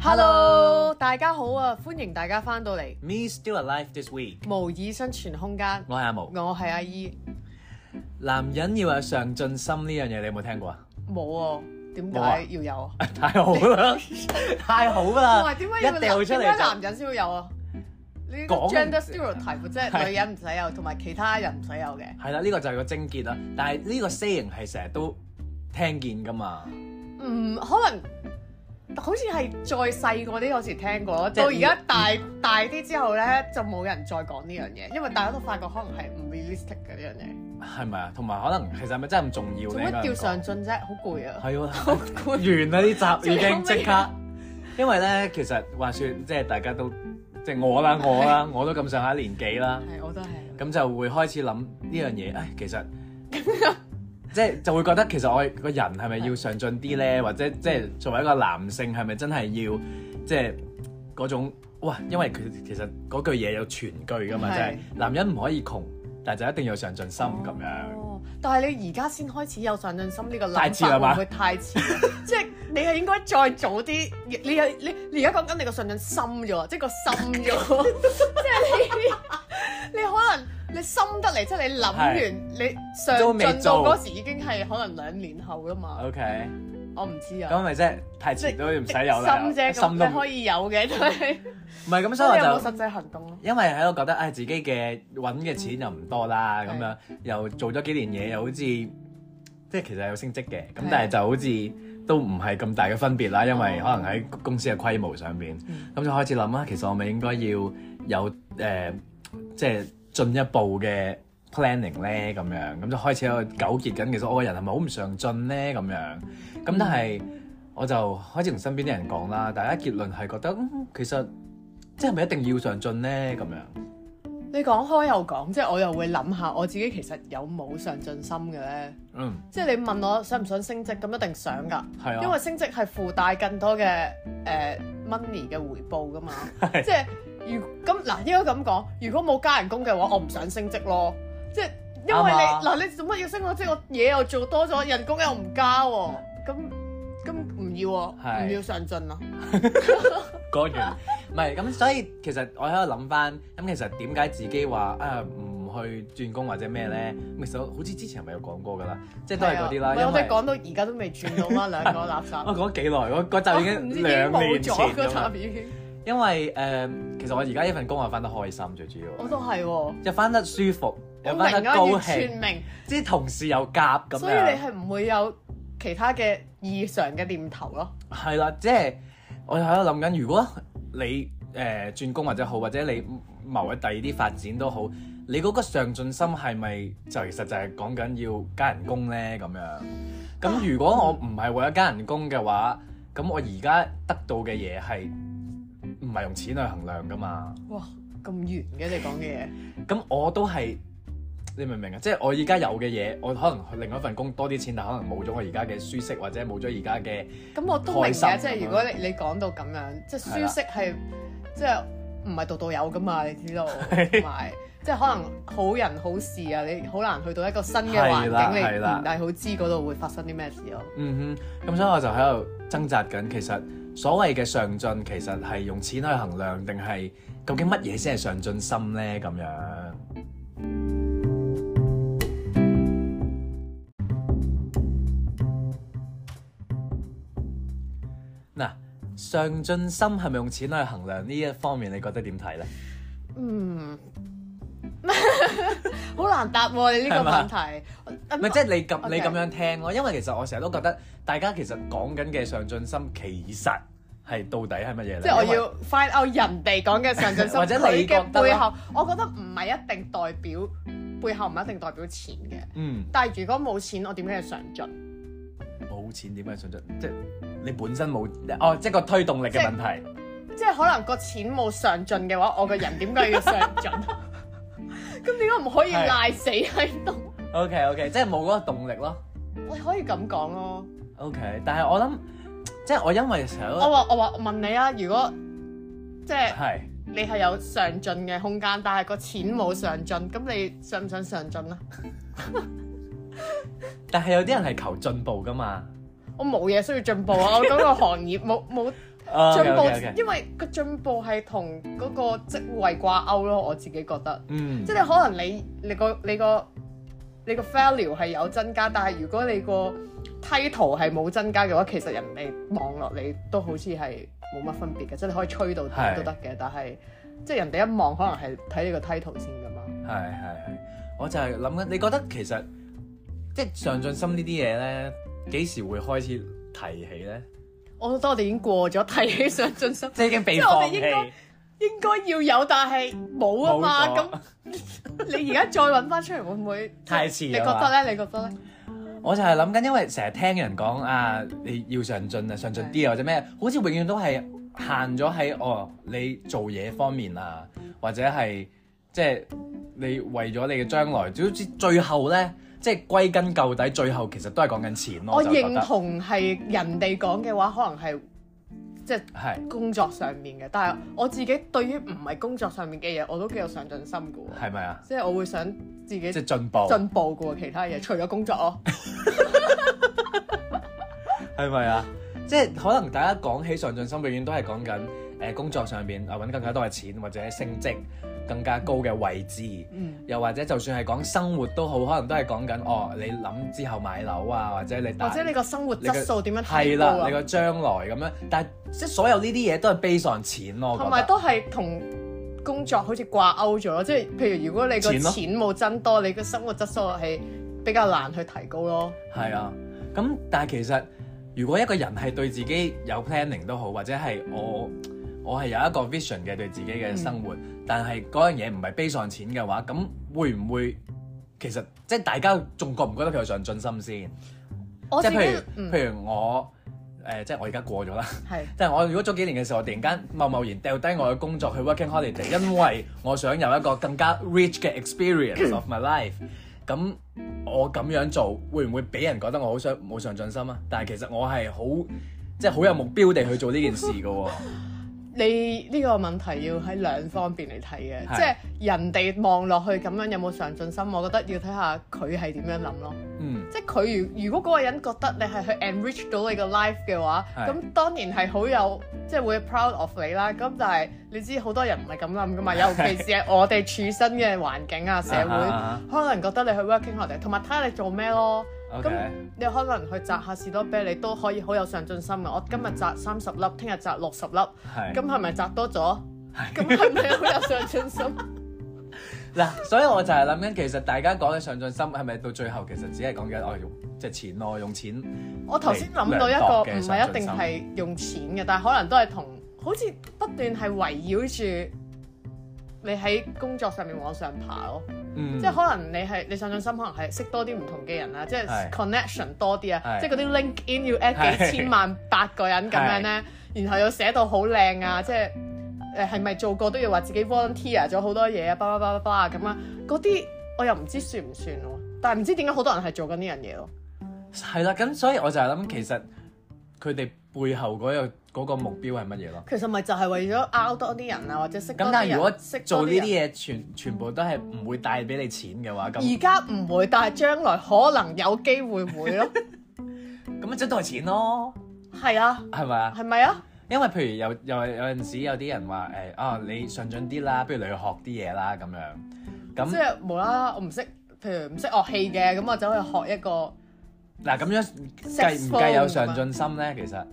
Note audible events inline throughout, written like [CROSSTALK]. Hello，大家好啊！歡迎大家翻到嚟 Me still alive this week，模擬生存空間，我係阿毛。我係阿姨，男人要有上進心呢樣嘢，你有冇聽過啊？ [LAUGHS] 冇啊，點冇啊解要有啊？ [LAUGHS] 太好 [LAUGHS] 啦，太好我啦！話點解要一掉出點解男嚟人先會有啊？呢個講 gender stereotype 即係係女人唔使有，同埋其他人唔使有嘅。就係啦，呢個就係個症結啦。但係呢個 saying 係成日都聽見噶嘛，嗯，可能好似係再細個啲嗰時聽過，即到係嗯而家大大啲之後咧，就冇人再講呢樣嘢，因為大家都發覺可能係唔 realistic 嘅呢樣嘢。係咪啊？同埋可能其實係咪真係咁重要做咧？應該乜咁叫講上進啫？好攰啊！係喎， [LAUGHS] 好攰。完啦呢集已 [LAUGHS] 最後經尾即刻，因為咧其實話説即係大家都即係我啦，我啦，我都咁上下年紀啦。係，我都係。咁就會開始諗呢樣嘢，唉，[LAUGHS] 其實即係就會覺得其實我個人係咪要上進啲咧，或者即係作為一個男性係咪真係要即係嗰種哇？因為佢其實嗰句嘢有全句噶嘛，係就係男人唔可以窮，但係就一定要有上進心咁樣。哦，但係你而家先開始有上進心呢個太諗遲法，啦會嘛唔會太遲？啊 [LAUGHS] 即係你係應該再早啲，你你你而家講緊你個上進深咗，即係個深咗，即 [LAUGHS] 係你你可能你深得嚟，即係你諗係完你上都未進到做嗰時已經係可能兩年後啦嘛， OK，我唔知咁啊。咪即係太遲都唔使有啦，心啫，心都咁唔你可以有 [LAUGHS] 嘅，但係唔係咁，所以所以有我冇就。實際行動咯？因為喺度覺得，唉、自己嘅揾嘅錢又唔多啦，咁樣又做咗幾年嘢，又好似即係其實有升職嘅，咁係但係就好似都唔係咁大嘅分別啦，因為哦可能喺公司嘅規模上邊，咁、就開始諗啊，其實我咪應該要有誒、呃即係進一步嘅 planning 咧，咁樣咁就開始喺度糾結緊，其實我個人係咪好唔上進咧，咁樣咁但係。我就開始同身邊啲人講啦，大家結論係覺得、嗯、其實即係咪一定要上進咧咁樣？你講開又講，即係我又會諗下我自己其實有冇上進心嘅咧？嗯，即係你問我想唔想升職，咁一定想㗎，係啊，因為升職係附帶更多嘅誒、呃 money 嘅回報㗎嘛。 [LAUGHS] 係即係如咁嗱，應該咁講，如果冇加人工嘅話，我唔想升職咯。即係因為你啱啊嗱、你做乜要升我職？我嘢又做多咗，人工又唔加喎、咁咁唔要喎、係唔要上進啊咯、講完，唔係咁，所以其實我喺度諗翻，咁其實點解自己話啊唔去轉工或者咩咧？咁其實好似之前係咪有講過㗎啦？即係都係嗰啲啦，係啊唔係因我哋為講到而家都未轉到啦，兩 [LAUGHS] 個垃我圾。講幾耐，嗰嗰集 [LAUGHS] 已唔知經已經兩冇年前咗咁嗰樣集已經，因為誒、其實我而家呢份工我翻得開心最主我要，都係喎。又翻得舒服，我又明翻得啊，高完興全，明。啲同事又夾咁樣。所以你係唔會有其他嘅異常嘅念頭咯。係啦，即係我喺度諗緊，如果你誒、呃、轉工或者好，或者你謀喺第二啲發展都好，你嗰個上進心係咪就其實就係講緊要加人工呢？咁樣？咁如果我唔係為咗加人工嘅話，咁我而家得到嘅嘢係唔係用錢去衡量噶嘛？哇，咁圓嘅你講嘅嘢，咁我都係。你明唔明啊？即係我而家有嘅嘢，我可能去另一份工多啲錢，但可能冇咗我而家嘅舒適，或者冇咗而家嘅咁我都明開心嘅。咁即係如果你你講到咁樣，即係舒係啦適係即係唔係度度有噶嘛？你知道，同埋即係可能好人好事啊，你好難去到一個新嘅環係啦境，你係啦唔係好知嗰度會發生啲咩事咯。嗯哼，咁所以我就喺度掙扎緊，其實所謂嘅上進，其實係用錢去衡量，定係究竟乜嘢先係上進心呢？咁樣嗱，上進心係咪用錢去衡量呢一方面？你覺得點睇呢？嗯， [LAUGHS] 好難答喎你呢個問題。唔係即係你咁 OK 你咁樣聽咯，因為其實我成日都覺得大家其實講緊嘅上進心，其實係到底係乜嘢咧？即係我因為要 find out 人哋講嘅上進心， [LAUGHS] 或者佢你覺嘅得背啦後，我覺得唔係一定代表背後唔一定代表錢嘅。嗯。但係如果冇錢，我點樣去上進？冇錢點解上進？即係你本身冇哦，即係個推動力嘅問題。即係可能個錢冇上進嘅話，我個人點解要上進？ [LAUGHS] 咁點解唔可以係賴死喺度？ O K O K，即係冇嗰個動力咯。我可以咁講咯。 O、k 但係我諗，即係我因為成日我都話我話我問你啊，如果即係係你係有上進嘅空間，但係個錢冇上進，咁你想唔想上進啊？但係有啲人係求進步噶嘛。我冇嘢需要進步啊！我嗰個行業冇冇啊進步 OK，OK，OK 因為個進步係同嗰個職位掛鈎咯，我自己覺得。嗯，即係你可能你你個你個你個 value 係有增加，但係如果你個 title 係冇增加嘅話，其實人哋望落你都好似係冇乜分別嘅，即係你可以吹到點係都得嘅，但係即係人哋一望可能係睇你個 title 先㗎嘛。係係係，我就係諗緊，你覺得其實即係上進心呢啲嘢咧，幾時會開始提起咧？我覺得我哋已經過咗提起上進心，即係已經被即係我放哋應該棄，應該要有，但係冇啊嘛。咁你而家再揾翻出嚟，會唔會太遲你啦覺嘛得咧？你覺得咧？我就係諗緊，因為成日聽人講啊，你要上進啊，上進啲啊，或者咩，好似永遠都係限咗喺哦，你做嘢方面啊，或者係即係你為咗你嘅將來，總之最後咧，即係歸根究底，最後其實都係講緊錢咯。我就覺得認同係人哋講嘅話，可能係即係。係工作上面嘅，但係我自己對於唔係工作上面嘅嘢，我都幾有上進心嘅喎，係咪啊？即係我會想自己即係進進步步嘅喎，其他嘢除咗工作咯，係咪啊？即係可能大家講起上進心，永遠都係講緊誒工作上邊啊揾更加多嘅錢，或者升職更加高嘅位置。嗯，又或者就算係講生活都好，可能都係講緊哦，你諗之後買樓啊，或者你嗯或大者你個生活質素點樣提係高啦，啊你，個將來咁樣，但係即係所有呢啲嘢都係 base on 錢咯，我同覺埋得都係同工作好似掛鈎咗咯，即係譬如如果你個錢咯錢冇增多，你個生活質素係比較難去提高咯，係啊。咁但係其實如果一個人係對自己有 planning 都好，或者係我我係有一個 vision 嘅對自己嘅生活，嗯但係嗰樣嘢唔係 base on 錢嘅話，咁會唔會其實即係大家仲覺唔覺得佢有上進心先？我即自係己譬如、嗯譬如我誒、即係我而家過咗啦。係即係我如果早幾年嘅時候，我突然間貿貿然掉低我嘅工作去 working holiday，因為我想有一個更加 rich 嘅 experience of my life。咁我咁樣做會唔會俾人覺得我好想冇上進心啊？但係其實我係好即係好有目標地去做呢件事嘅 [LAUGHS] 喎。你呢個問題要喺兩方面嚟睇嘅，嗯係即係人哋望落去咁樣有冇上進心，我覺得要睇下佢係點樣諗咯。嗯，即係佢如如果嗰個人覺得你係去 enrich 到你個 life 嘅話，係咁當然係好有即係會 proud of 你啦。咁但係你知好多人唔係咁諗噶嘛，尤其是係我哋處身嘅環境啊、社會，啊可能覺得你去 working holiday，同埋睇下你做咩咯。 OK，咁你可能去摘下士多啤梨都可以好有上進心嘅。我今日摘三十粒，聽日摘六十粒，咁係係咪摘多咗？係咁係咪好有上進 [LAUGHS] 心？嗱，所以我就係諗緊，其實大家講嘅上進心係咪到最後其實只係講緊我用即係錢咯，用錢我頭先諗到一量個度唔嘅係一定係用錢嘅，但係可能都係同好似不斷係圍繞住你喺工作上面往上爬咯。嗯，即係可能你係你上進心，可能係識多啲唔同嘅人啊，即係係 connection 多啲啊，係即係嗰啲 LinkedIn 要 at 幾係千萬八個人咁樣咧，然後又寫到好靚啊，即係誒係咪做過都要話自己 volunteer 咗好多嘢啊，巴拉巴拉巴拉咁啊，嗰啲我又唔知算唔算喎，但係唔知點解好多人係做緊呢樣嘢咯。係啦，咁所以我就係諗，其實佢哋背後嗰、個嗰個目標係乜嘢咯？其實咪就係為咗 out 多啲人啊，或者識多咁啲但人係如果識多做呢啲人嘢，全全部都係唔會帶俾你錢嘅話，咁而家唔會，但係將來可能有機會會 [LAUGHS] 咯。咁咪即係都係錢咯，係啊，係咪啊？係咪啊？因為譬如有有有陣時有啲人話誒、啊，你上進啲啦，不如你去學啲嘢啦咁樣。即咁嗯係無啦啦，我唔識，譬如唔識樂器嘅，咁我走去學一個。嗱咁樣計唔計有上進心咧？其實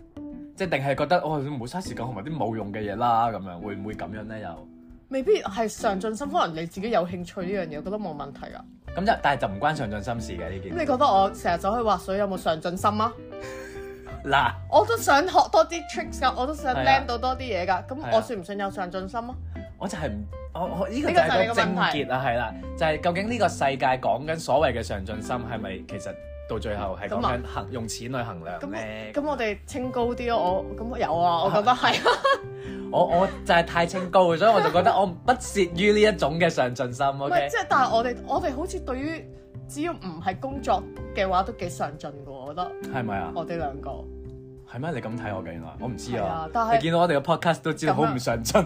即係定係覺得哦，冇嘥時間學埋啲冇用嘅嘢啦，咁樣會唔會咁樣咧？又未必係上進心，可能你自己有興趣呢樣嘢，我覺得冇問題啊。咁就但係就唔關上進心事嘅呢咁件你事。覺得我成日走去滑水有冇上進心啊？嗱。我都想學多啲 tricks 㗎，我都想係啊 learn 到多啲嘢㗎。係咁啊我算唔算有上進心啊？我就係唔，我我呢個呢個就就係係你個個問症題結啊，係啦，就係究竟呢個世界講緊所謂嘅上進心係咪其實到最後係講咁啊緊衡用錢去衡量咁咧？咁我哋清高啲咯，我咁有哦啊，我覺得 [LAUGHS] 係啊。我我就係太清高，所以我就覺得 [LAUGHS] 我不屑於呢一種嘅上進心。唔 O 係， K，即係但係我哋我哋好似對於只要唔係工作嘅話，都幾上進嘅喎。我覺得係咪啊？我哋兩個係咩？你咁睇我嘅原來，我唔知係啊啊但係。你見到我哋嘅 podcast 都知道咁啊好唔上進，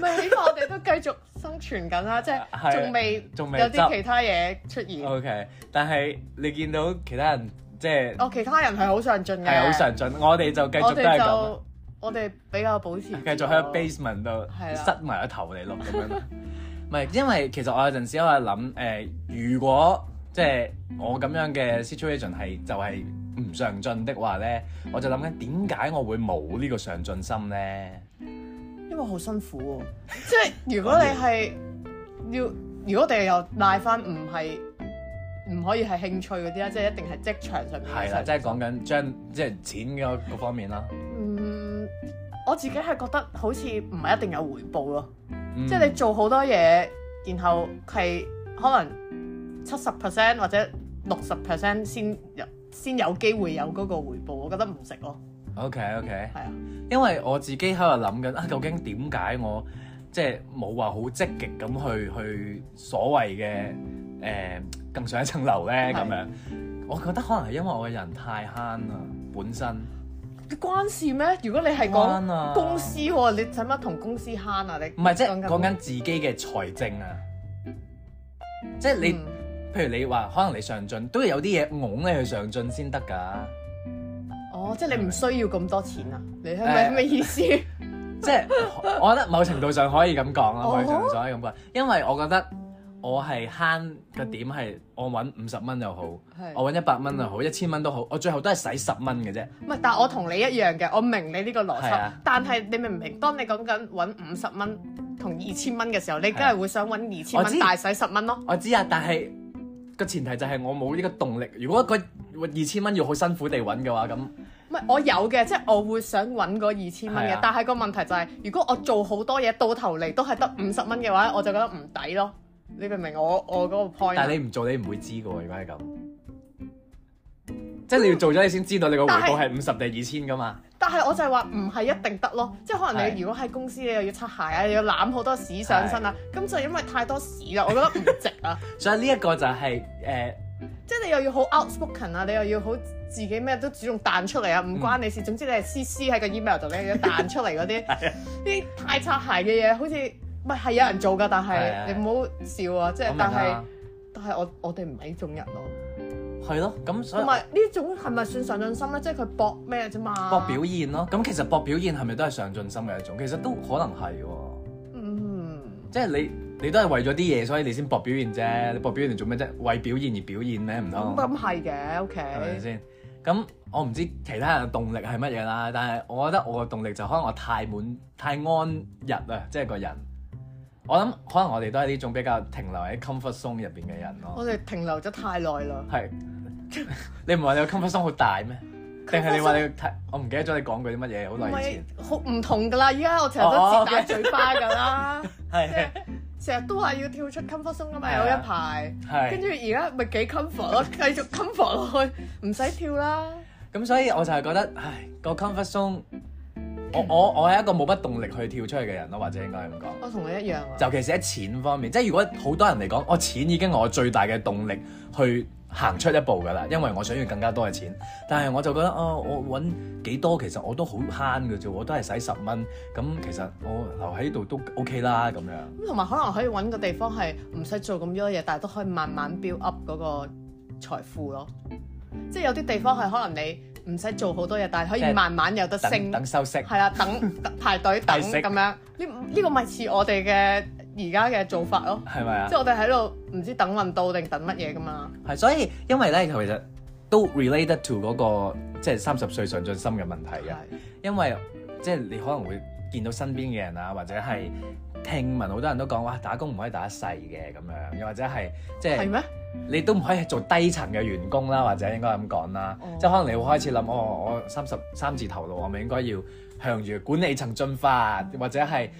咪起碼我哋都繼續生存緊 [LAUGHS] 啦，即係係仲未仲未有啲執其他嘢出現。 O K，但係你見到其他人即係哦哦，其他人係好上進嘅，啊係好上進，我哋就繼續我都係哋咁。啊就我哋比較保持繼續喺個 basement 度哦係啦塞埋個頭嚟錄咁樣 [LAUGHS] 咯。唔係，因為其實我有陣時我係諗誒，如果即係我咁樣嘅 situation 係就係唔上進的話咧，我就諗緊點解我會冇呢個上進心咧？因為好辛苦喎、即係如果你係要，如果我哋又賴翻唔係唔可以係興趣嗰啲啦，即係一定係職場上面嘅係啦，上即係講緊將即係錢嗰嗰方面啦。嗯，我自己係覺得好似唔係一定有回報咯，嗯即係你做好多嘢，然後係可能七十 percent 或者六十 percent 先有先有機會有嗰個回報，我覺得唔值咯， OK OK。係啊，因為我自己喺度諗緊啊，究竟點解我即係冇話好積極咁去去所謂嘅誒、呃更上一層樓咧係咁樣？我覺得可能係因為我個人太慳啦，本身你關事咩？如果你係講慳啊公司喎、你使乜同公司慳啊？你唔係即係講緊自己嘅財政啊，即係你、嗯譬如你話可能你上進都有啲嘢拱你去上進先得㗎。哦，即係你唔需要咁多錢啊？你係誒咪咩意 [LAUGHS] 思？即 [LAUGHS] 係我覺得某程度上可以咁講啦，哦某程度上可以咁講，因為我覺得我係慳嘅點係我揾五十蚊又好，係嗯我揾一百蚊又好，一千蚊都好，我最後都係使十蚊嘅啫。唔係，但係我同你一樣嘅，我明你呢個邏係輯，啊但係你明唔明？當你講緊揾五十蚊同二千蚊嘅時候，你梗係啊係會想揾二千我知蚊大使十蚊咯。我知啊，但係個前提就係我冇呢個動力。如果個二千蚊要好辛苦地揾嘅話，咁唔係，我有嘅，即係我會想揾嗰二千蚊係嘅啊，但係個問題就係，如果我做好多嘢，到頭嚟都係得五十蚊嘅話，我就覺得唔抵咯。你明唔明我我嗰個 point？但啊係你唔做你唔會知嘅喎。如果係咁，即係你要做咗你先知道你個回報係五十定二千㗎嘛。但係我就係話唔係一定得咯，即係可能係你如果喺公司你又要擦鞋啊，又要攬好多屎上身啊，咁就因為太多屎啦，我覺得唔值啊！所以呢一個就係、呃誒。即係你又要好 outspoken 啊，你又要好自己咩都主動彈出嚟啊，唔關嗯你事。總之你係 CC 喺個 email 度咧，彈出嚟嗰 [LAUGHS] 啲啊啲太擦鞋嘅嘢，好似唔係係有人做㗎，但係啊係你唔好笑啊！即我係明但啊係，但係我我哋唔係呢種人咯，係咯，咁所以同埋呢種係咪算上進心咧？即係佢搏咩啫嘛？搏表現咯。咁其實搏表現係咪都係上進心嘅一種？其實都可能係喎，嗯。即係你你都係為咗啲嘢，所以你先搏表現啫。你搏表現嚟做咩啫？為表現而表現咩？唔啊通咁咁係嘅哦係咪，OK。先？咁我唔知其他人嘅動力係乜嘢啦，但係我覺得我嘅動力就可能我太滿太安逸啊，即係個人。我諗可能我哋都係呢種比較停留喺 comfort zone 入邊嘅人咯。我哋停留咗太耐啦。係， [LAUGHS] 你唔係話你個 comfort zone 好大咩？定係你話你太我唔記得咗你講過啲乜嘢好唔耐以前係。好唔同㗎啦，依家我成日哦都，OK 自打嘴巴㗎啦，即係係成日都話要跳出 comfort zone 㗎嘛，係有啊一排，跟係。住而家咪幾 comfort [LAUGHS] 咯，繼續 comfort 落去，唔使跳啦。咁所以我就係覺得，唉，個 comfort zone，我我我係一個冇乜動力去跳出去嘅人咯，或者應該係咁講。我同你一樣啊，尤其是喺錢方面，即係如果好多人嚟講，我哦錢已經係我最大嘅動力去行出一步㗎啦，因為我想要更加多嘅錢。但係我就覺得，哦，我揾幾多其實我都好慳嘅啫，我都係使十蚊，咁其實我留喺度都 OK 啦咁樣。咁同埋可能可以揾個地方係唔使做咁多嘢，但係都可以慢慢 build up 嗰個財富咯。即係有啲地方係可能你唔使做好多嘢，但係可即係以慢慢有得升等。等收息，係啦，啊等等排 [LAUGHS] 隊等係識咁樣，呢呢個咪似我哋嘅而家嘅做法咯。係咪啊即？係我哋喺度唔知等運到定等乜嘢噶嘛。係，所以因為咧，其實都 related to 嗰、個即係三十歲上進心嘅問題嘅，因為即係你可能會見到身邊嘅人啊，或者係嗯聽聞好多人都講哇，打工唔可以打一世嘅咁樣，又或者係即係係咩？你都唔可以做低層嘅員工啦，或者應該咁講啦，哦即係可能你會開始諗哦，我三十三字頭路，我咪應該要向住管理層進發，或者係誒、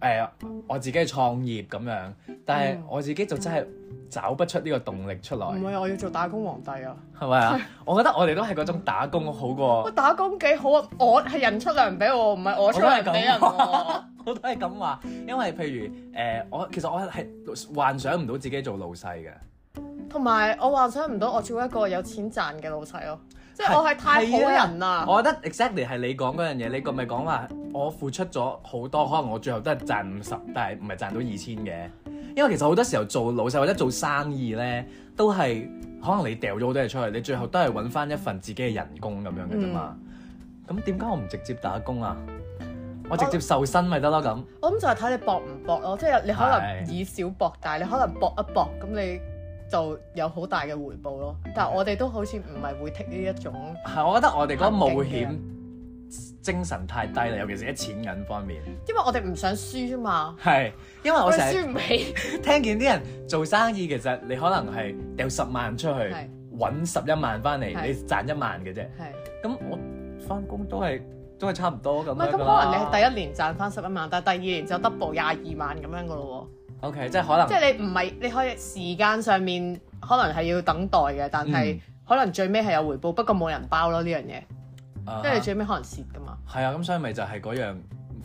呃我自己創業咁樣，但係嗯我自己就真係找不出呢個動力出來。唔係我要做打工皇帝啊！係咪啊？我覺得我哋都係嗰種打工好我過，打工幾好啊！我係人出糧俾我，唔係我出糧俾人喎。我都係咁話。因為譬如誒、呃我其實我係幻想唔到自己做老細嘅， [LAUGHS] 同埋我幻想唔到我做一個有錢賺嘅老細咯，即係係啊我係太好人啊啦。我覺得 exactly 係你講嗰樣嘢，你個咪講話我付出咗好多，可能我最後都係賺五十，但係唔係賺到二千嘅。因為其實好多時候做老細或者做生意咧，都係可能你掉咗好多嘢出去，你最後都係揾翻一份自己嘅人工咁樣嘅啫嘛。咁點解我唔直接打工啊？我直接瘦身咪得咯咁。我諗就係睇你搏唔搏咯，即係你可能係以小博大，你可能搏一搏，咁你就有好大嘅回報咯。但係我哋都好似唔係會剔呢一種，係，我覺得我哋嗰個冒險精神太低啦，尤其是喺錢銀方面。因為我哋唔想輸啫嘛，係，因為我我哋成日輸唔起。聽見啲人做生意，其實你可能係掉十萬出去係揾十一萬翻嚟，係你賺一萬嘅啫。係，咁我翻工都係都係差唔多咁唔係樣咁㗎可能你啦。係第一年賺翻十一萬，但係第二年就 double 廿二萬咁樣噶咯 O K，即係可能喎。即係你唔係你可以時間上面可能係要等待嘅，但係嗯可能最尾係有回報，不過冇人包咯呢樣嘢，啊即係你最尾可能蝕噶嘛。係啊，咁所以咪就係嗰樣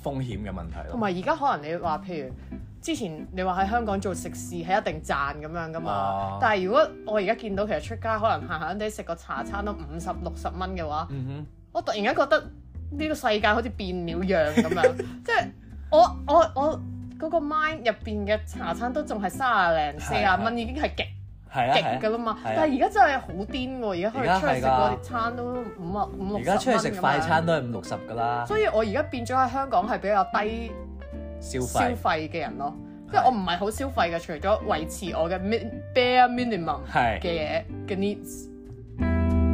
風險嘅問題同咯。埋而家可能你話，譬如之前你話喺香港做食肆係一定賺咁樣噶嘛，啊但係如果我而家見到其實出街可能閒閒地食個茶餐都五十六十蚊嘅話，嗯我突然間覺得呢個世界好似變了樣咁 [LAUGHS] 樣，即係我我我嗰個 mind 入邊嘅茶餐都仲係三廿零四係廿係蚊已經係極哼，係啊，係極啊噶啦嘛，係啊但係而家真係好癲喎，而家可能而家出去係食㗎個餐都五啊五六而十蚊家出去食快咁樣餐都係五六十㗎啦，所以我而家變咗喺香港係比較低。消消費費嘅人咯，即係我唔係好消費嘅，除咗維持我嘅 min- bare minimum 嘅係嘢嘅 needs。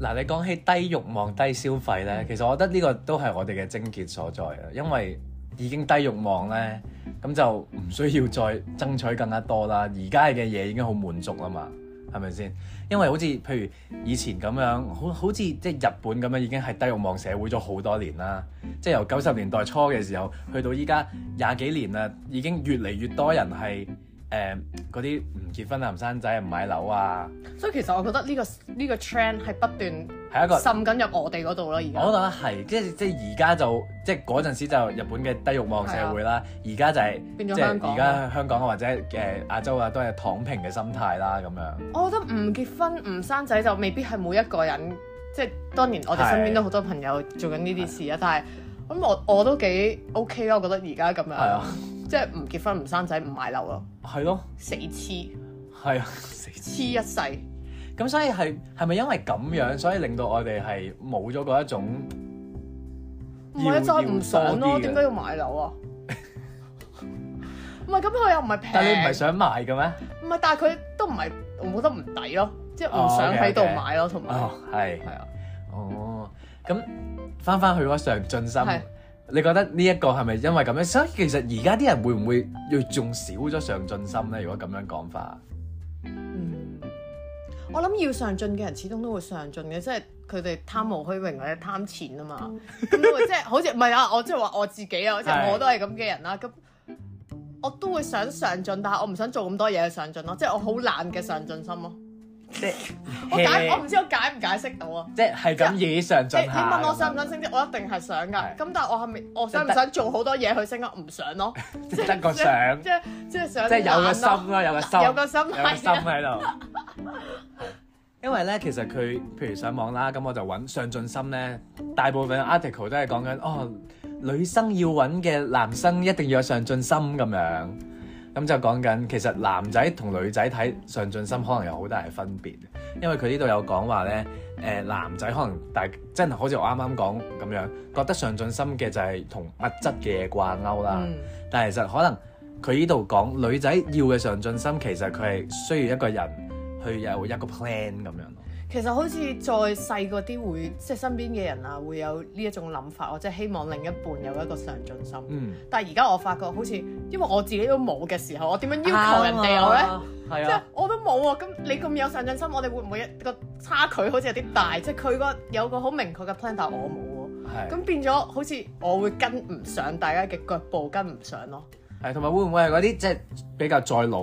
嗱，你講起低慾望、低消費咧，其實我覺得呢個都係我哋嘅症結所在啊，因為已經低慾望咧，咁就唔需要再爭取更加多啦。而家嘅嘢已經好滿足啦嘛，係咪先？因為好似譬如以前咁樣，好好似即係日本咁樣，已經係低慾望社會咗好多年啦。即係由九十年代初嘅時候，去到依家廿幾年啦，已經越嚟越多人係誒嗰啲唔結婚啊、唔生仔啊、唔買樓啊，所以其實我覺得呢、個呢、個 trend 係不斷係一個。滲緊入我哋嗰度咯，而我家。覺得係，即係即係而家就即係嗰陣時就日本嘅低慾望社會啦，而家就係、變咗即香係港而家香港啊或者誒亞洲啊都係躺平嘅心態啦咁樣。我覺得唔結婚唔生仔就未必係每一個人，即係當然我哋身邊係都好多朋友做緊呢啲事啊，但係。咁我我都幾 OK 啊咯，我覺得而家咁係樣啊，即係唔結婚唔生仔唔買樓咯，係咯，死黐係啊， [LAUGHS] 死黐黐一世。咁所以係係咪因為咁樣，所以令到我哋係冇咗嗰一種唔係啊，要就係唔想要多啲咯，嘅點解要買樓 [LAUGHS] 啊？唔係咁，佢又唔係平，但你唔係想賣嘅咩？唔係，但係佢都唔係，我覺得唔抵咯，即係唔哦想喺度 OK，OK 買咯，同埋哦，係係，啊，哦，咁翻翻去嗰上進心係。你覺得呢一個係咪因為咁樣？所以其實而家啲人會唔會要仲少咗上進心咧？如果咁樣講法，嗯，我諗要上進嘅人始終都會上進嘅，即係佢哋貪慕虛榮或者貪錢啊嘛，咁都會即係好似唔係啊，我 [LAUGHS] 即係話我自己啊，即係係我都係咁嘅人啦，咁。我都會想上進，但係我唔想做咁多嘢去上進咯，即係我好懶嘅上進心咯。即係我解我唔知我解唔解釋到啊。即係咁以上你進你下。問我想唔想升職，我一定係想㗎。係咁但係我係咪我想唔想做好多嘢去升啊？唔想咯，即係得個想，即係即係想即係有個個心咯，有個心，有個心有個心係啊喺度。因為咧，其實佢譬如上網啦，咁我就揾上進心咧，大部分 article 都係講緊哦，女生要揾嘅男生一定要有上進心咁樣。咁就講緊其實男仔同女仔睇上進心可能有好大嘅分別，因為佢呢度有講話咧，誒、男仔可能大真係好似我啱啱講咁樣，覺得上進心嘅就係同物質嘅嘢掛鈎啦。嗯但係其實可能佢呢度講女仔要嘅上進心，其實佢係需要一個人去有一個 plan 咁樣咯。其實好似再細嗰啲會，即係身邊嘅人啊，會有呢一種諗法，我即係希望另一半有一個上進心。嗯，但係而家我發覺好似，因為我自己都冇嘅時候，我點樣嗯要求人哋我咧？咧即係係啊，我都冇啊！咁你咁有上進心，我哋會唔會一個差距好似有啲大？即係佢個有個好明確嘅 plan，但係我冇喎。係咁變咗好似我會跟唔上大家嘅腳步，跟唔上咯。係，同埋會唔會係嗰啲即係比較再老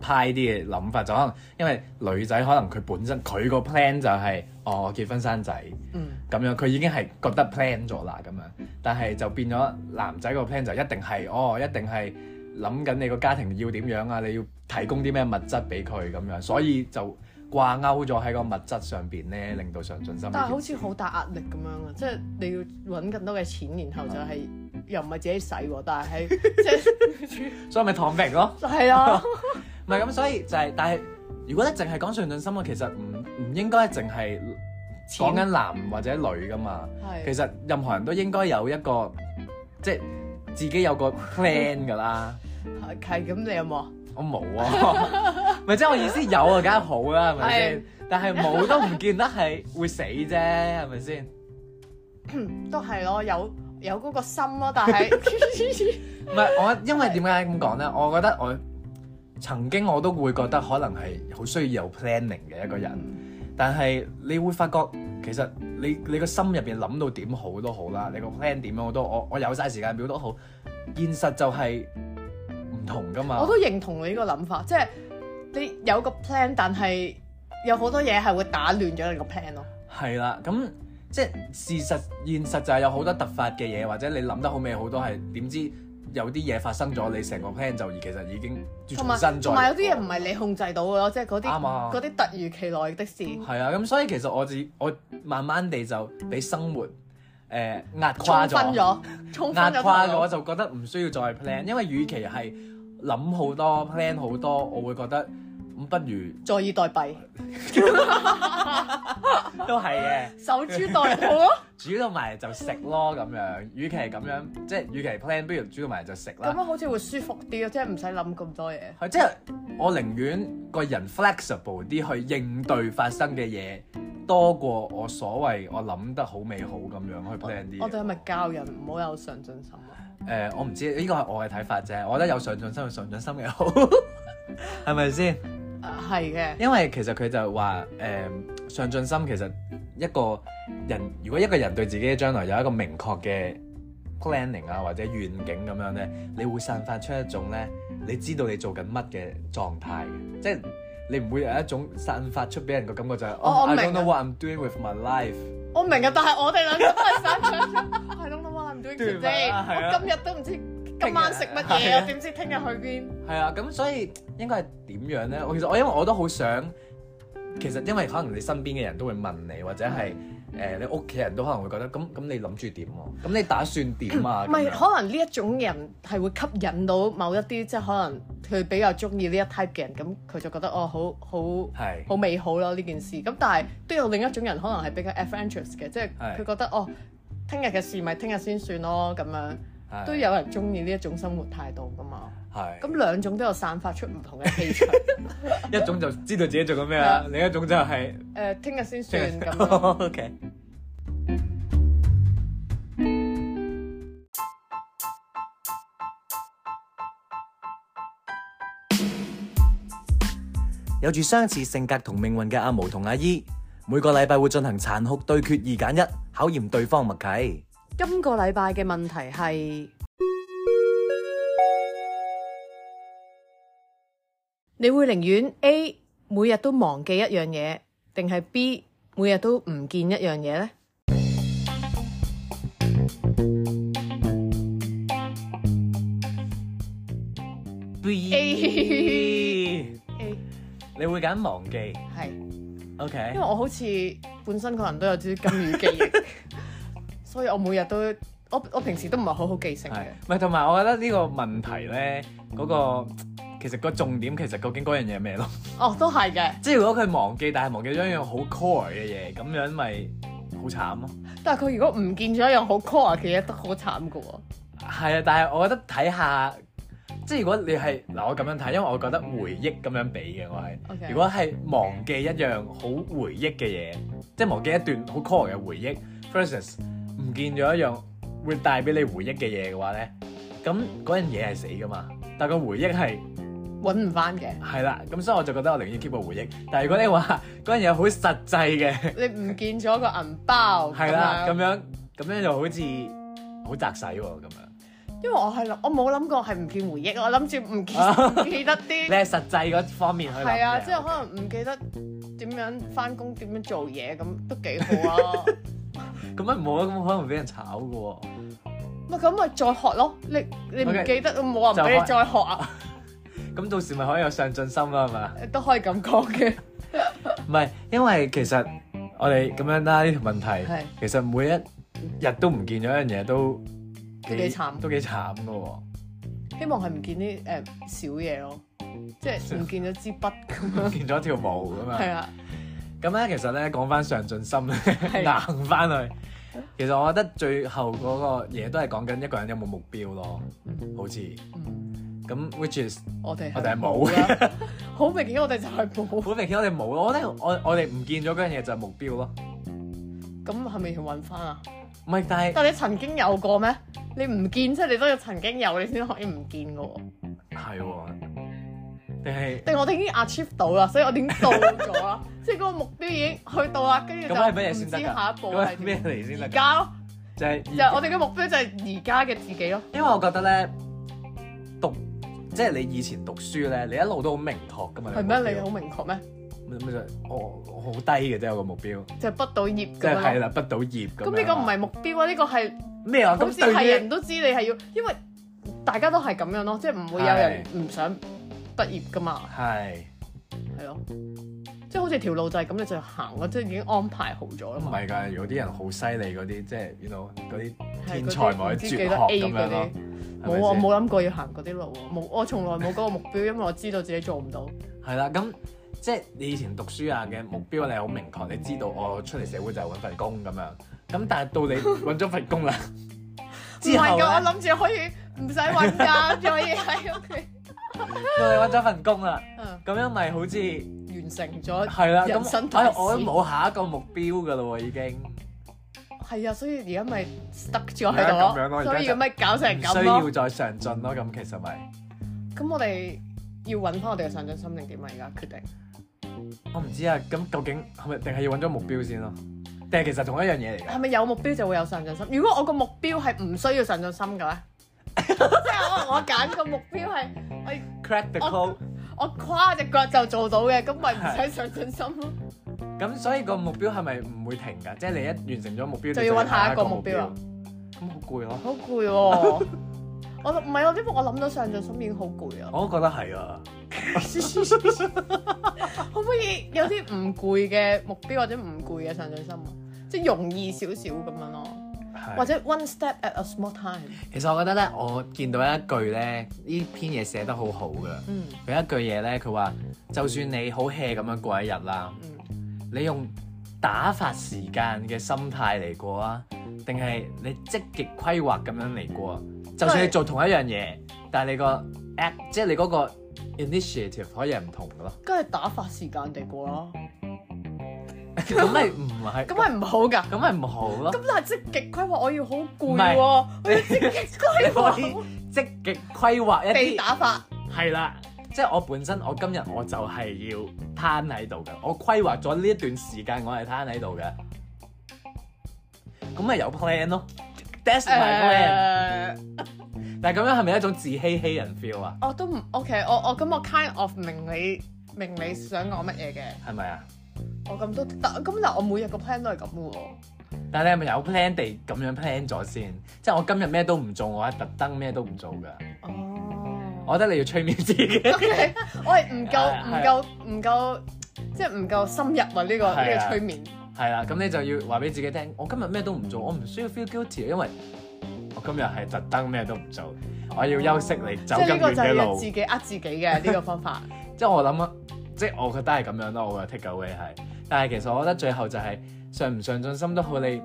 派啲嘅諗法？就可能因為女仔可能佢本身佢個 plan 就係、哦我結婚生仔嗯，咁樣，佢已經係覺得 plan 咗啦咁樣，但係就變咗男仔個 plan 就一定係哦一定係。諗緊你個家庭要點樣啊？你要提供啲咩物質俾佢咁樣，所以就掛鈎咗喺個物質上邊咧，令到上進心嗯呢件事。但係好似好大壓力咁樣啊！即係你要揾更多嘅錢，然後就係、又唔係自己使喎，但係即係所以咪躺平咯。係啊，唔係咁，所以就係、但係如果咧淨係講上進心啊，其實唔唔應該淨係講緊男或者女噶嘛。[LAUGHS] 其係實任何人都應該有一個即係自己有個 plan 噶啦。係係咁，你有冇啊？我冇啊， [LAUGHS] 咪即係我意思有啊，梗係好啦，係咪先？但係冇都唔見得係會死啫，係咪先？都係咯，有有嗰個心咯，但 [LAUGHS] 係唔係我，因為點解咁講咧？我覺得我曾經我都會覺得可能係好需要有 planning 嘅一個人，但係你會發覺其實你你個心入邊諗到點好都好啦，你個 plan 點樣我都我我有晒時間表都好，現實就係唔同噶嘛我。都認同你呢個諗法，即係你有個 plan，但係有好多嘢係會打亂咗你個 plan 咯。係啦，咁即係事實現實就係有好多突發嘅嘢，或者你諗得好美好都係點知有啲嘢發生咗，你成個 plan 就其實已經同重埋新再同埋有啲嘢唔係你控制到嘅咯，即係嗰啲啱啊嗰啲突如其來的事。係啊，咁所以其實我自我慢慢地就俾生活誒、呃、壓垮沖昏咗，咗，沖昏壓咗垮頭咗腦就覺得唔需要再 plan，因為與其係諗好多 plan 好多，我會覺得咁不如坐以待 [LAUGHS] 斃，都係嘅。守株待兔咯。 [LAUGHS] 煮到埋就食咯咁樣，與其係咁樣，即係與其 plan，不如煮到埋就食咁啦。樣好似會舒服啲啊咯，即係唔使諗咁多嘢。係即係我寧願個人 flexible 啲去應對發生嘅嘢，多過我所謂我諗得好美好咁樣去 plan 啲嘢。我哋係咪教人唔好有上進心啊？誒、我唔知呢個係我嘅睇法啫。我覺得有上進心有上進心嘅好，係咪先？啊係嘅，因為其實佢就話誒、上進心其實一個人如果一個人對自己嘅將來有一個明確嘅 planning 啊或者願景咁樣咧，你會散發出一種咧你知道你做緊乜嘅狀態嘅，即係你唔會有一種散發出俾人個感覺就係、我 oh, I 明 don't 啊 know what I'm doing with my life。我明啊，但係我哋兩個都係想上進。I don't know what I'm doing 對咪 today。啊係啊我今日都唔知今晚食乜嘢，係啊我點知聽日去邊？係啊，咁所以應該係點樣咧？我其實我因為我都好想，其實因為可能你身邊嘅人都會問你，或者係誒、嗯你屋企人都可能會覺得，咁咁你諗住點喎？咁你打算點啊？唔係，咁樣可能呢一種人係會吸引到某一啲，即係可能佢比較中意呢一 type 嘅人，咁佢就覺得哦，好好係好美好咯呢件事。咁但係都有另一種人可能係比較 adventurous 嘅，即係係佢覺得哦，聽日嘅事咪聽日先算咯咁樣。係都有人中意呢一種生活態度噶嘛。係咁啊兩種都有散發出唔同嘅氣 [LAUGHS] 場。一種就知道自己做緊咩啦，啊另一種就係、誒，聽日先算咁 [LAUGHS] 樣。 O K。有住相似性格同命運嘅阿毛同阿姨，每個禮拜會進行殘酷對決二揀一，考驗對方默契。今個禮拜嘅問題係：你會寧願 A 每日都忘記一樣嘢，定係 B 每日都唔見一樣嘢呢？ B， A [LAUGHS] 你會揀忘記係，因？O K 為。我好似本身個人都有啲金魚記 [LAUGHS] 憶，所以我每日都我我平時都唔係好好記性係嘅。，唔係同埋我覺得呢個問題咧，嗰、個其實個重點其實究竟嗰樣嘢係咩咯？哦，都係嘅。即係如果佢忘記，但係忘記咗一樣好 core 嘅嘢，咁樣咪好慘咯。但係佢如果唔見咗一樣好 core 嘅嘢，都好慘噶喎。係啊，但係我覺得睇下，即係如果你係嗱，我咁樣睇，因為我覺得回憶咁樣俾嘅，我係。 OK 如果係忘記一樣好回憶嘅嘢，即係忘記一段好 core 嘅回憶，versus 唔見咗一樣會帶俾你回憶嘅嘢嘅話咧，咁嗰樣嘢係死噶嘛，但係個回憶係。揾唔翻嘅，係啦，咁所以我就覺得我寧願 keep 個回憶。但係如果你話嗰樣嘢好實際嘅，你唔見咗個銀包，係啦，咁咁樣樣咁樣就好似好擲使喎咁樣。因為我係諗我冇諗過係唔見回憶，我諗住唔見唔記得 [LAUGHS] 你啲，係實際嗰方面啊去諗嘅係啊，即係可能唔記得點樣翻工，點樣做嘢，咁都幾好 [LAUGHS] 啊。咁樣冇啊，咁可能俾人炒嘅喎。咪咁咪再學咯，你你唔 OK，記得，冇就人俾你開再學啊，咁到時咪可以有上進心啦，係嘛？都可以咁講嘅。唔係，因為其實我哋咁樣啦，呢條問係題其實每一日都唔見咗一樣嘢都都幾慘都幾慘 [LAUGHS] 嘅喎。希望係唔見啲誒小嘢咯，即係唔見咗支筆咁唔樣，見咗條毛咁樣。係啊，咁咧，其實咧講翻上進心咧，係行翻去，其實我覺得最後嗰個嘢都係講緊一個人有冇目標咯，好似嗯咁，which is 我哋我哋係冇啦， [LAUGHS] 好明顯我哋就係冇。好明顯我哋冇咯，我覺得我我哋唔見咗嗰樣嘢就係目標咯，咁係咪要揾翻啊？唔係，但係但係你曾經有過咩？你唔見即係你都要曾經有，你先可以唔見嘅喎。係喎，定係定我哋已經 achieve 到啦，所以我哋已經到咗 [LAUGHS] 啦，即係嗰個目標已經去到啦，跟住就咁係乜唔嘢知先得㗎？下一步咁係係咩點。嚟先而得㗎？家咯，就係而就係我哋嘅目標就係而家嘅自己咯。因為我覺得咧讀即係你以前讀書咧，你一路都好明確㗎嘛，係咩？你好明確咩？你咪就我我好低嘅啫，我個目標。就係畢到業即咁係樣係咯。啦，畢到業咁樣。啊咁呢個唔係目標啊，呢個係咩啊？好咁似係對人於都知你係要，因為大家都係咁樣咯，即係唔會有人唔想畢業噶嘛，係係咯。即係好似條路就係咁，你就行咯，即係已經安排好咗啦唔啊嘛。係㗎？有啲人好犀利嗰啲，即係 you know 嗰啲係天嗰才啲或唔者知絕幾學多 A 咁樣嗰啲咯。。冇啊，我冇諗過要行嗰啲路喎，冇，我從來冇嗰個目標，因為我知道自己做唔到。係啦，咁即係你以前讀書啊嘅目標，你好明確，你知道我出嚟社會就係揾份工咁樣。咁但係到 [LAUGHS] 你揾咗份工啦，唔之後係㗎，我咧，諗住可以唔使揾 [LAUGHS] 㗎，可以喺 [LAUGHS] 屋企到你揾咗份工啦，嗯咁樣咪好似係完成咗。啦，人生咁大哎事呀我都冇下一個目標㗎啦喎，已經係啊，所以而家咪 stuck 咗而喺家咁度樣咯咯，而家就所以咁咪搞成唔咁需要咯。再上進咯。咁其實咪咁我哋要揾翻我哋嘅上進心定點啊？而家決定我唔知啊，咁究竟係咪定係要揾咗目標先咯？定係其實同一樣嘢嚟係㗎？咪有目標就會有上進心？如果我個目標係唔需要上進心嘅咧，即係可能我揀個目標係 [LAUGHS] 我 crack the 我 code，我跨只腳就做到嘅，咁咪唔使上進心咯。咁所以個目標係咪唔會停㗎？即係你一完成咗目標，就要你搵下一個目標啊咁好攰咯，好攰喎！我唔係啊，因為我諗到上進心已經好攰啊。我都覺得係啊。可唔可以有啲唔攰嘅目標或者唔攰嘅上進心啊？即係容易少少咁樣咯，或係者 one step at a small time。其實我覺得咧，我見到一句咧，呢篇嘢寫得好好㗎。嗯佢一句嘢咧，佢話：就算你好 hea 咁樣過一日啦，嗯，你用打發時間嘅心態嚟過啊，定係你積極規劃咁樣嚟過啊？就算你做同一樣嘢，但係你個 act，即係你嗰個 initiative 可以係唔 [LAUGHS] 同嘅咯。跟住打發時間地過啦，咁咪唔係，咁係唔好㗎。咁咪唔好咯。咁但係積極規劃，我要好攰唔喎，係我要積極規 [LAUGHS] 你可劃，以積極規劃一被啲，打發。係啦。即係我本身，我今日我就係要攤喺度嘅，我規劃咗呢一段時間，我係攤喺度嘅。咁咪有 plan 咯，that's my 誒，plan。但係咁樣係咪一種自欺欺人 feel 啊？我都唔 OK，我我咁我 kind of 明你明你想講乜嘢嘅。係咪啊？我咁都得，咁但係我每日個 plan 都係咁嘅喎。但係你係咪有 plan 地咁樣 plan 咗先？即係我今日咩都唔做，我係特登咩都唔做㗎。哦，我覺得你要催眠 [LAUGHS] 自己。 [LAUGHS] OK，我係唔夠係唔係夠唔夠，即係唔夠深入啊！呢個係呢啊個催眠係啦，咁你就要話俾自己聽，我今日咩都唔做，我唔需要 feel guilty，因啊為我今日係特登咩都唔做，我要休息嚟即走係呢咁個遠就嘅係路自。己呃自己 [LAUGHS] 嘅呢個方法。即係我諗啊，即係我覺得係咁樣咯，我嘅 take away 係。但係其實我覺得最後就係上唔上進心都好，你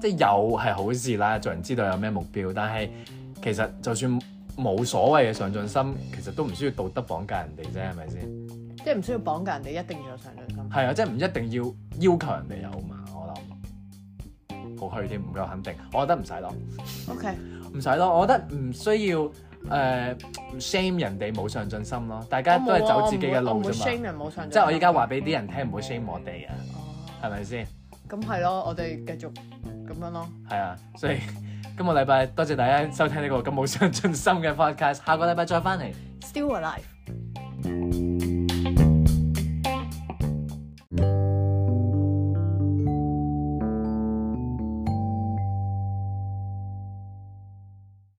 即係有係好事啦，做人知道有咩目標。但係其實就算冇所謂嘅上進心，其實都唔需要道德綁架人哋啫，係咪先？即係唔需要綁架人哋，一定要有上進心。 [LAUGHS] 係啊，即係唔一定要要求人哋有嘛，我諗好虛添，唔夠肯定。我覺得唔使咯， OK，唔使咯，我覺得唔需要誒、呃 shame 人哋冇上進心咯，大我家都係走自己冇嘅啊我唔路會啫 shame 嘛。人冇上進心。即係我依家話俾啲人聽，唔好 shame 我哋啊，哦，係咪先？咁係咯，我哋繼續咁樣咯。係啊，所以今個禮拜多謝大家收聽呢個咁冇上進心嘅 podcast，下個禮拜再翻嚟。 Still alive。